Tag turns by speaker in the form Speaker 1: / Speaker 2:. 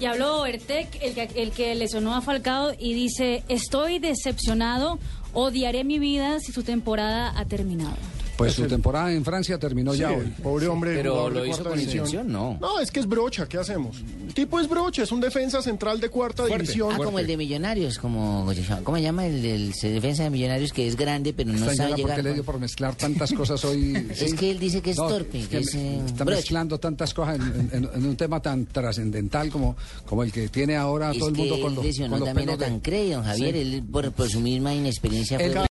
Speaker 1: Y habló Ertec, el que, el que le sonó a Falcao, y dice, estoy decepcionado, odiaré mi vida si su temporada ha terminado.
Speaker 2: Pues su temporada en Francia terminó ya
Speaker 3: Sí,
Speaker 2: hoy.
Speaker 3: Pobre hombre.
Speaker 4: eh, Pero
Speaker 3: jugador de
Speaker 4: lo hizo
Speaker 3: cuarta
Speaker 4: con
Speaker 3: división.
Speaker 4: intención, no.
Speaker 3: No, es que es brocha, ¿qué hacemos? El tipo es brocha, es un defensa central de cuarta división.
Speaker 5: Ah, como el de Millonarios, como ¿cómo se llama el del se defensa de Millonarios que es grande pero no
Speaker 2: Castañeda,
Speaker 5: sabe
Speaker 2: ¿por qué
Speaker 5: llegar?
Speaker 2: le dio por mezclar tantas cosas hoy?
Speaker 5: Es que él dice que es torpe,
Speaker 2: es
Speaker 5: que es,
Speaker 2: me-
Speaker 5: eh,
Speaker 2: está
Speaker 5: brocha.
Speaker 2: mezclando tantas cosas en, en- en un tema tan trascendental como, como el que tiene ahora
Speaker 5: es
Speaker 2: todo el
Speaker 5: que
Speaker 2: mundo con
Speaker 5: él
Speaker 2: los,
Speaker 5: lesionó
Speaker 2: con los
Speaker 5: también a
Speaker 2: pelos de-
Speaker 5: Tancredi, don Javier,
Speaker 2: Sí.
Speaker 5: él por, por su misma inexperiencia
Speaker 2: Él-
Speaker 5: fue